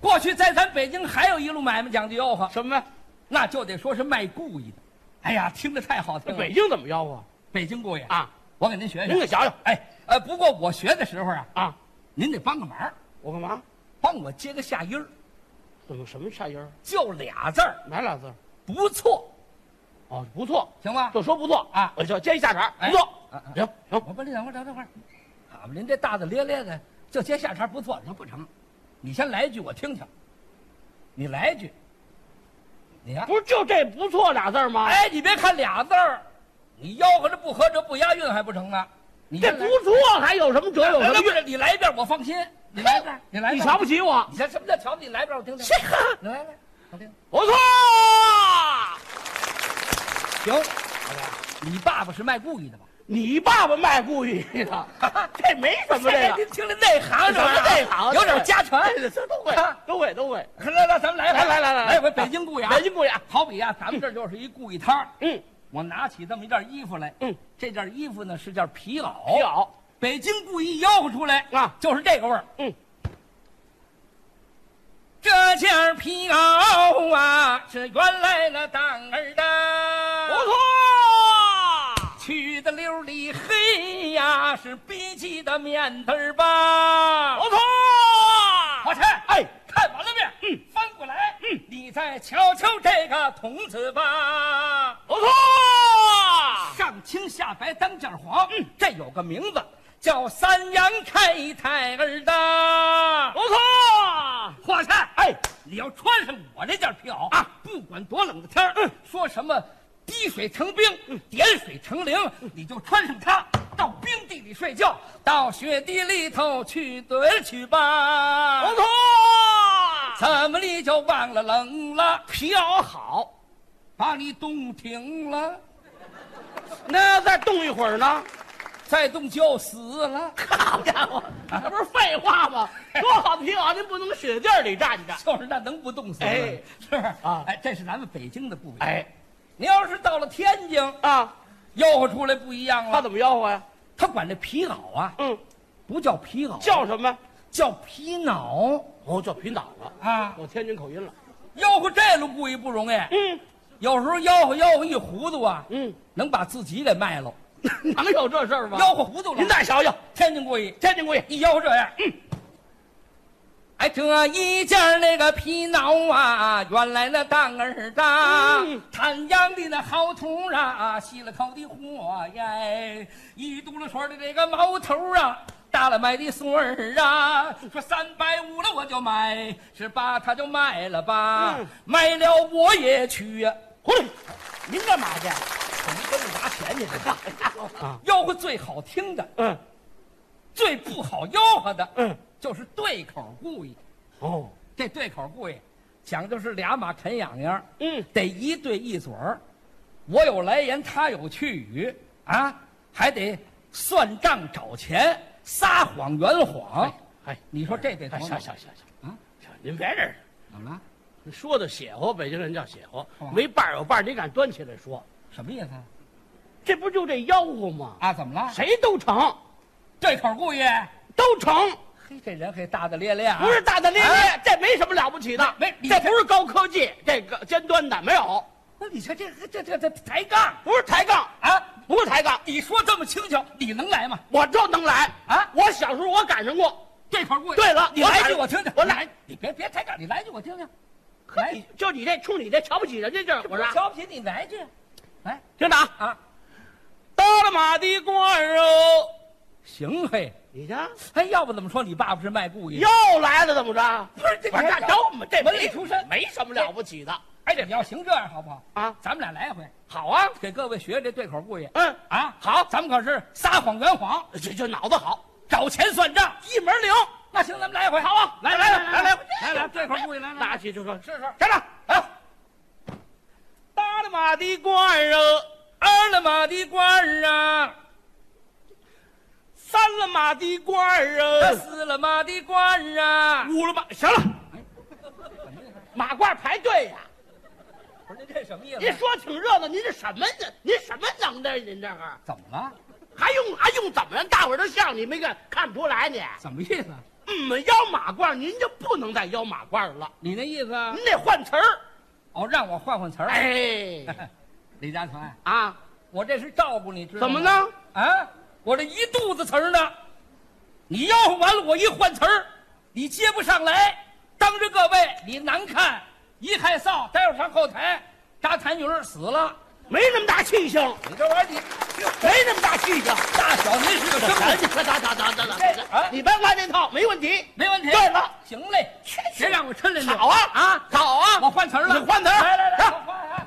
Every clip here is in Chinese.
过去在咱北京还有一路买卖讲究吆喝，什么？那就得说是卖故意的。哎呀，听着太好听那了，北京怎么吆喝北京故意！啊？我给您学学。您给想想哎，呃，不过我学的时候啊，啊！您得帮个忙，我干嘛？帮我接个下音儿，怎么什么下音儿？就俩字儿，哪俩字儿？不错，哦，不错，行吗？就说不错啊我就接一下茬儿，哎不错啊啊。行行，我不是等会儿，等会儿，好嘛，您这大大咧咧的，就接下茬不错，那不成。你先来一句，我听听。你来一句，你呀、不是就这不错俩字儿吗？，哎，你别看俩字儿，你吆喝着不合辙不押韵还不成啊？你这先不来错还有什么辙有什哎哎么那不韵？是你来一遍，我放心。你来一 遍，你来一你遍。瞧不起我？你先什么叫瞧不起？你来一遍，我听听。你来一遍，我听。 不错。行，你爸爸是卖故意的吧？你爸爸卖故意的， 这没什么这哎个，您听着内行，怎么内行哎有点家传。这这都会啊，哎都会，都会。来来，咱们来一回来来来来来一回北京故意啊！北京故意啊，好比呀、咱们这儿就是一故意摊儿。嗯，我拿起这么一件衣服来，嗯，这件衣服呢是件皮袄，皮袄，北京故意吆喝出来啊就是这个味儿。嗯，这件皮袄啊是原来那当儿的，不错。去的溜里黑呀，是逼急的面子儿吧。错，我去，哎，看完了没？嗯，翻过来，嗯，你再瞧瞧这个童子吧。不错，上青下白当件黄，嗯，这有个名字叫三阳开泰儿的。不错，华山，哎，你要穿上我这件皮袄啊，不管多冷的天儿，嗯，说什么滴水成冰，嗯点水成灵，你就穿上它，到冰地里睡觉，到雪地里头去堆去吧。不错，哎怎么你就忘了冷了，皮袄好，把你冻停了，那再冻一会儿呢？再冻就死了。好家伙，这不是废话 吗？多好的皮袄，您不能雪地儿里站着。就是那能不冻死吗？哎是不是啊哎，这是咱们北京的不一样。哎，你要是到了天津，啊，吆喝出来不一样他了。怎么吆喝呀？他管这皮袄啊，嗯，不叫皮袄，叫什么？叫皮袄哦，叫皮脑了。啊。我天津口音了。吆喝这路故意不容易，哎嗯有时候吆喝吆喝一糊涂啊，嗯，能把自己给卖了。能有这事儿吗？吆喝糊涂了，您再瞧瞧，天津故意。天津故意。一吆喝这样，嗯，哎，这一件那个皮袄啊，原来那当儿大嗯，滩阳的那好土啊，吸了口的火呀，一嘟噜水的这个毛头啊。大了买的孙儿啊，说三百五了我就买，十八他就卖了吧，嗯卖了我也去呀。回来，您干嘛去？我们跟着拿钱去。 啊吆喝最好听的，嗯最不好吆喝的，嗯，就是对口故意。哦，这对口故意，讲究是俩马啃痒痒，嗯，得一对一嘴儿。我有来言，他有去语啊，还得算账找钱，撒谎圆谎。哎，你说这得多啊哎，吗行行行行啊，行，您别这儿。怎么了？说的邪乎，北京人叫邪乎哦，没伴儿有伴儿，你敢端起来说，什么意思啊这不就这吆喝吗？啊？怎么了？谁都成，对口故意？都成，嘿，这人可大大咧咧啊！不是大大咧啊咧，这没什么了不起的，没你这不是高科技，这个尖端的没有，不是，你说这这这这抬杠不是抬杠，啊？不是抬杠，你说这么轻巧，你能来吗？我就能来啊我小时候我赶上过，对口故意。对了你我来一来句我听听。我来，你别别抬杠，你来一句我听听。可来你就你这冲你这瞧不起人家劲儿，我我说瞧不起你来一句，来听着啊，啊，到了马的官儿哦，行嘿，你瞧，哎，要不怎么说你爸爸是卖故意？又来了怎么着？不是这我说这都没这门没里出身，没什么了不起的哎，你要行这样好不好？啊，咱们俩来一回，好啊，给各位学学这对口故意嗯。啊。好咱们可是撒谎圆谎，这这脑子好，找钱算账。一门灵，那行，咱们来一回，好啊！来来来来来来，对口故意来来，拿起就说试试。站长，啊，打了马的官儿啊，二了马的官儿啊，三了马的官儿啊，四了马的官儿啊。五了马，行了，马褂排队呀、不是您这什么意您？说挺热闹，您这什么呢？您什么能耐？啊您这个怎么了？还用还用怎么样？大伙儿都笑你，没看看不出来你怎么意思？嗯，腰马褂您就不能再腰马褂了，你那意思啊您得换词儿。哦，让我换换词儿。 哎，李家全，啊，我这是照顾你，知道怎么吗？呢？啊，我这一肚子词儿呢，你吆喝完了，我一换词儿，你接不上来，当着各位你难看，一害臊，待会儿上后台，扎痰盂儿死了，没那么大气性，你这玩意儿你没那么大气性。大小您是个生咱人，你快打打打打啊打！你别管这套，没问题。没问题。对了，行嘞，别让我抻着你。好啊啊，好啊，我换词儿了，你换词儿来来来，啊我换啊，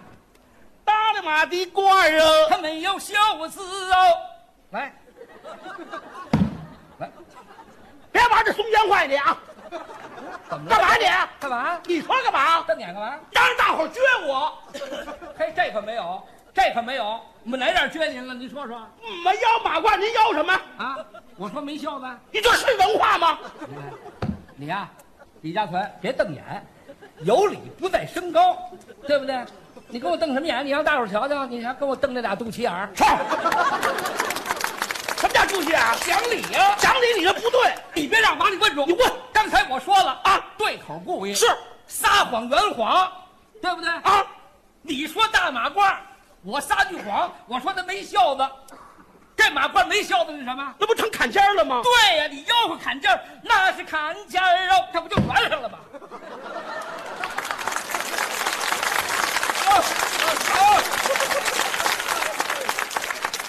搭了马的褂儿啊，他没有孝子哦，来，来，别玩这松江话你啊！怎么了？干嘛你？干嘛？你说干嘛？瞪眼干嘛？当着大伙儿撅我，嘿，这可没有，这可没有，我们哪点撅您了？您说说嗯没腰马褂，您腰什么？啊！我说没孝子，你这是文化吗？你看你呀、李家全，别瞪眼，有理不在身高，对不对？你跟我瞪什么眼？你让大伙儿瞧瞧，你还跟我瞪这俩肚脐眼儿，操！什么叫出息啊？讲理呀、讲理你这不对，你别让马里观众，你问刚才我说了啊，对口故意是撒谎圆谎，对不对啊？啊？你说大马褂，我撒句谎，我说他没孝子，这马褂没孝子是什么？那不成砍尖儿了吗？对呀、你吆喝砍价儿，那是砍价儿哦，这不就圆上了 吗？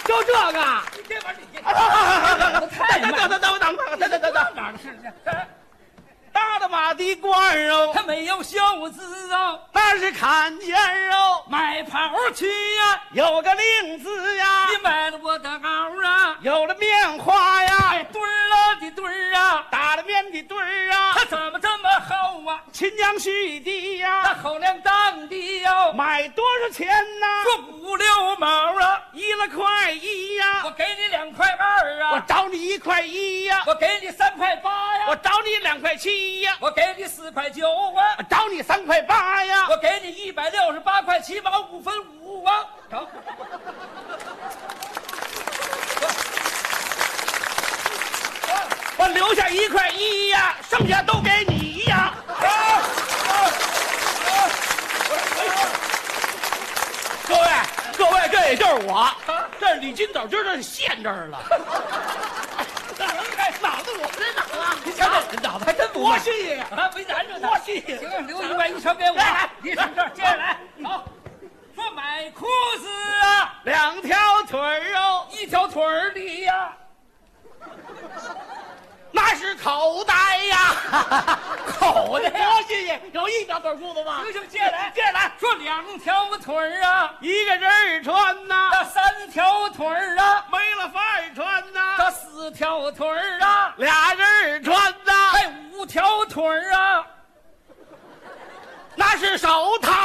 就这个。这玩意儿你啊啊啊啊啊！太慢了等等等等等等等等等，哪儿的事情？搭的马的褂儿哦，哎他没有袖子哦，那是坎肩儿哦，买袍去呀、有个领子呀，你买了我的袄啊，有了棉花哎呀，墩儿啊的墩儿啊，打了面的墩儿啊他，怎么这么厚啊？秦江旭的他呀，好量当的哟，买多少钱呐？说五六毛啊，一了块一呀，我给你两块二我啊，找你一块一呀，我给你三块八呀、我找你两块七呀，我给你四块九啊我。找你三块八呀，我给你一百六十八块七毛五分五啊！ 成。我留下一块一呀，剩下都给你呀。啊各位，各位，这也就是我，这是李金斗今儿这陷这儿了。脑子哎我在哪儿啊？你瞧这脑子还真不我慢谢谢。啊，没拦着我去行了，留一万一全给我来来。嗯你从这儿接着来。好，说买裤子啊，哎两条腿儿哦，一条腿儿的呀，那是口袋呀， 口袋。我谢谢，有一条腿裤子吗行行，接着来。接着来，说两条腿儿啊，一个人儿穿呐，那三条腿儿啊，没了法儿穿那呐，四条腿儿啊，俩人儿穿呐，还五条腿儿啊，那是手套啊